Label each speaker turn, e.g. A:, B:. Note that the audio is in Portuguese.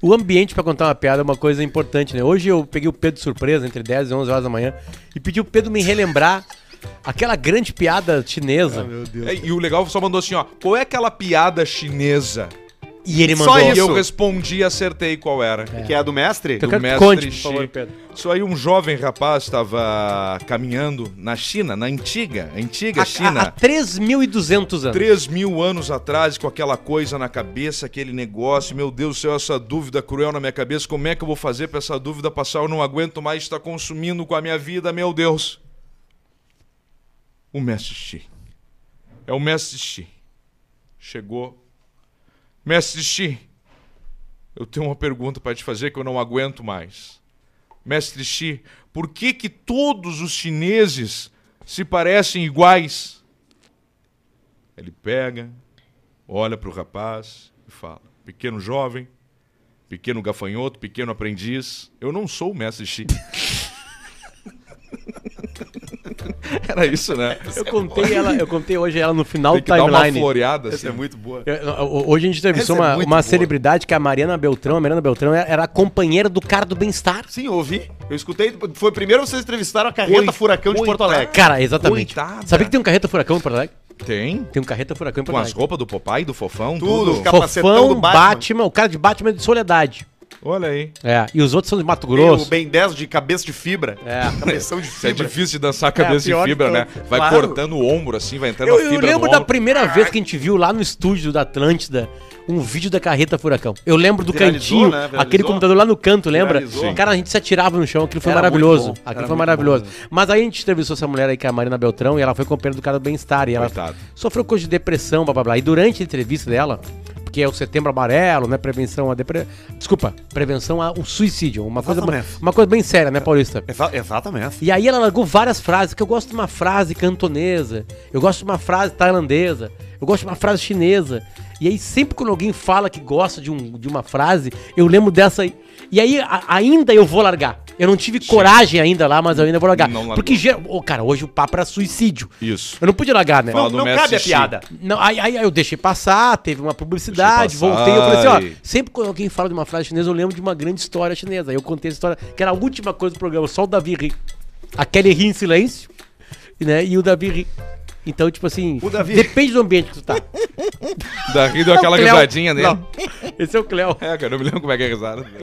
A: o ambiente pra contar uma piada é uma coisa importante, né? Hoje eu peguei o Pedro de surpresa entre 10 e 11 horas da manhã e pedi o Pedro me relembrar aquela grande piada chinesa.
B: Meu Deus.
C: É, E o legal só mandou assim, ó. Qual é aquela piada chinesa?
A: e ele
C: Só
A: mandou.
C: E eu
B: isso.
C: respondi e acertei qual era.
B: Que é a do mestre?
A: Eu
C: do
A: quero que
C: mestre
A: conte, por
C: Xi.
A: favor, Pedro.
C: Isso aí, um jovem rapaz estava caminhando na China, na antiga,
A: Há,
C: antiga
A: há
C: China.
A: 3.200 anos.
C: 3 mil anos atrás, com aquela coisa na cabeça, aquele negócio, meu Deus do céu, essa dúvida cruel na minha cabeça, como é que eu vou fazer pra essa dúvida passar? Eu não aguento mais estar consumindo com a minha vida, meu Deus. O mestre Xi. É o mestre Xi. Chegou. Mestre Xi, eu tenho uma pergunta pra te fazer que eu não aguento mais. Mestre Xi, por que que todos os chineses se parecem iguais? Ele pega, olha para o rapaz e fala: Pequeno jovem, pequeno gafanhoto, pequeno aprendiz, eu não sou o mestre Xi. Era isso, né?
A: Eu contei, ela, eu contei hoje ela no final
C: Tem
A: do
C: que dar uma
A: timeline.
C: floreada assim.
B: Essa é muito boa.
A: Eu- eu- Hoje a gente entrevistou
B: Essa é
A: uma,
B: muito
A: uma
B: boa.
A: celebridade que é a Mariana Beltrão. A Mariana Beltrão era era a companheira do cara do bem-estar.
B: Sim, eu ouvi. Eu escutei. Foi primeiro vocês entrevistaram a carreta
C: Coit-
B: Furacão de Porto
C: coitada.
B: Alegre.
A: Cara, exatamente.
C: Coitada.
A: Sabia que tem um carreta furacão em Porto Alegre?
C: Tem?
A: Tem um carreta furacão em Porto
C: Com as
A: Alegre.
C: roupas do papai, do fofão,
B: Tudo,
C: tudo.
B: fica- capacetão
A: Fofão,
B: do
A: Batman.
B: Batman.
A: o cara de Batman é de Soledade.
C: Olha aí.
A: É, e os outros são de Mato
B: Tem
A: Grosso.
B: O Ben 10 de cabeça de fibra.
A: É.
B: Cabeção de
C: Isso é
B: fibra.
C: difícil de dançar a cabeça
B: pior
C: de
B: de
C: fibra, né?
B: todas.
C: Vai
B: Claro.
C: cortando o ombro assim, vai entrando
A: Eu,
C: a
A: eu
C: fibra
A: lembro
C: no
A: da
C: ombro.
A: primeira vez que a gente viu lá no estúdio da Atlântida um vídeo da carreta furacão. Eu lembro do
B: Viralizou,
A: cantinho,
B: né? Viralizou.
A: aquele computador lá no canto, lembra?
B: Viralizou.
A: Cara, a gente se atirava no chão, aquilo foi
B: Era
A: maravilhoso.
B: muito bom,
A: Aquilo foi
B: era muito
A: maravilhoso. Mas aí a gente entrevistou essa mulher aí, que é a Marina Beltrão, e ela foi companheira do cara do bem-estar. E ela
C: Coitado.
A: sofreu coisa de depressão, blá blá blá. E durante a entrevista dela, porque é o setembro amarelo, né? Prevenção a depressão. Desculpa, prevenção ao suicídio. Uma coisa,
B: Exatamente.
A: uma coisa bem séria, né, Paulista?
B: Exa- Exatamente. é assim.
A: E aí ela largou várias frases, que eu gosto de uma frase cantonesa, eu gosto de uma frase tailandesa, eu gosto de uma frase chinesa. E aí sempre quando alguém fala que gosta de, um- de uma frase, eu lembro dessa aí. E aí a- ainda eu vou largar. Eu não tive coragem ainda lá, mas eu ainda vou largar.
C: Não largou.
A: Porque, geral- Ô, cara, hoje o papo era suicídio.
C: Isso.
A: Eu não pude largar, né?
C: Fala
B: Não,
C: do
B: não
C: mestre
B: cabe a
C: Xi.
B: piada.
A: Não, aí, aí eu deixei passar, teve uma publicidade,
C: Deixei passar,
A: voltei. Eu falei assim:
C: e-
A: ó, sempre quando alguém fala de uma frase chinesa, eu lembro de uma grande história chinesa. Aí eu contei essa história, que era a última coisa do programa, só o Davi ri. A Kelly ri em silêncio, né? E o Davi ri. Então, tipo assim,
B: O Davi-
A: depende do ambiente que tu tá.
C: Daí deu aquela
A: Cleo.
C: risadinha nele.
A: Esse é o Cleo.
C: É, cara, eu me lembro como é que é a risada.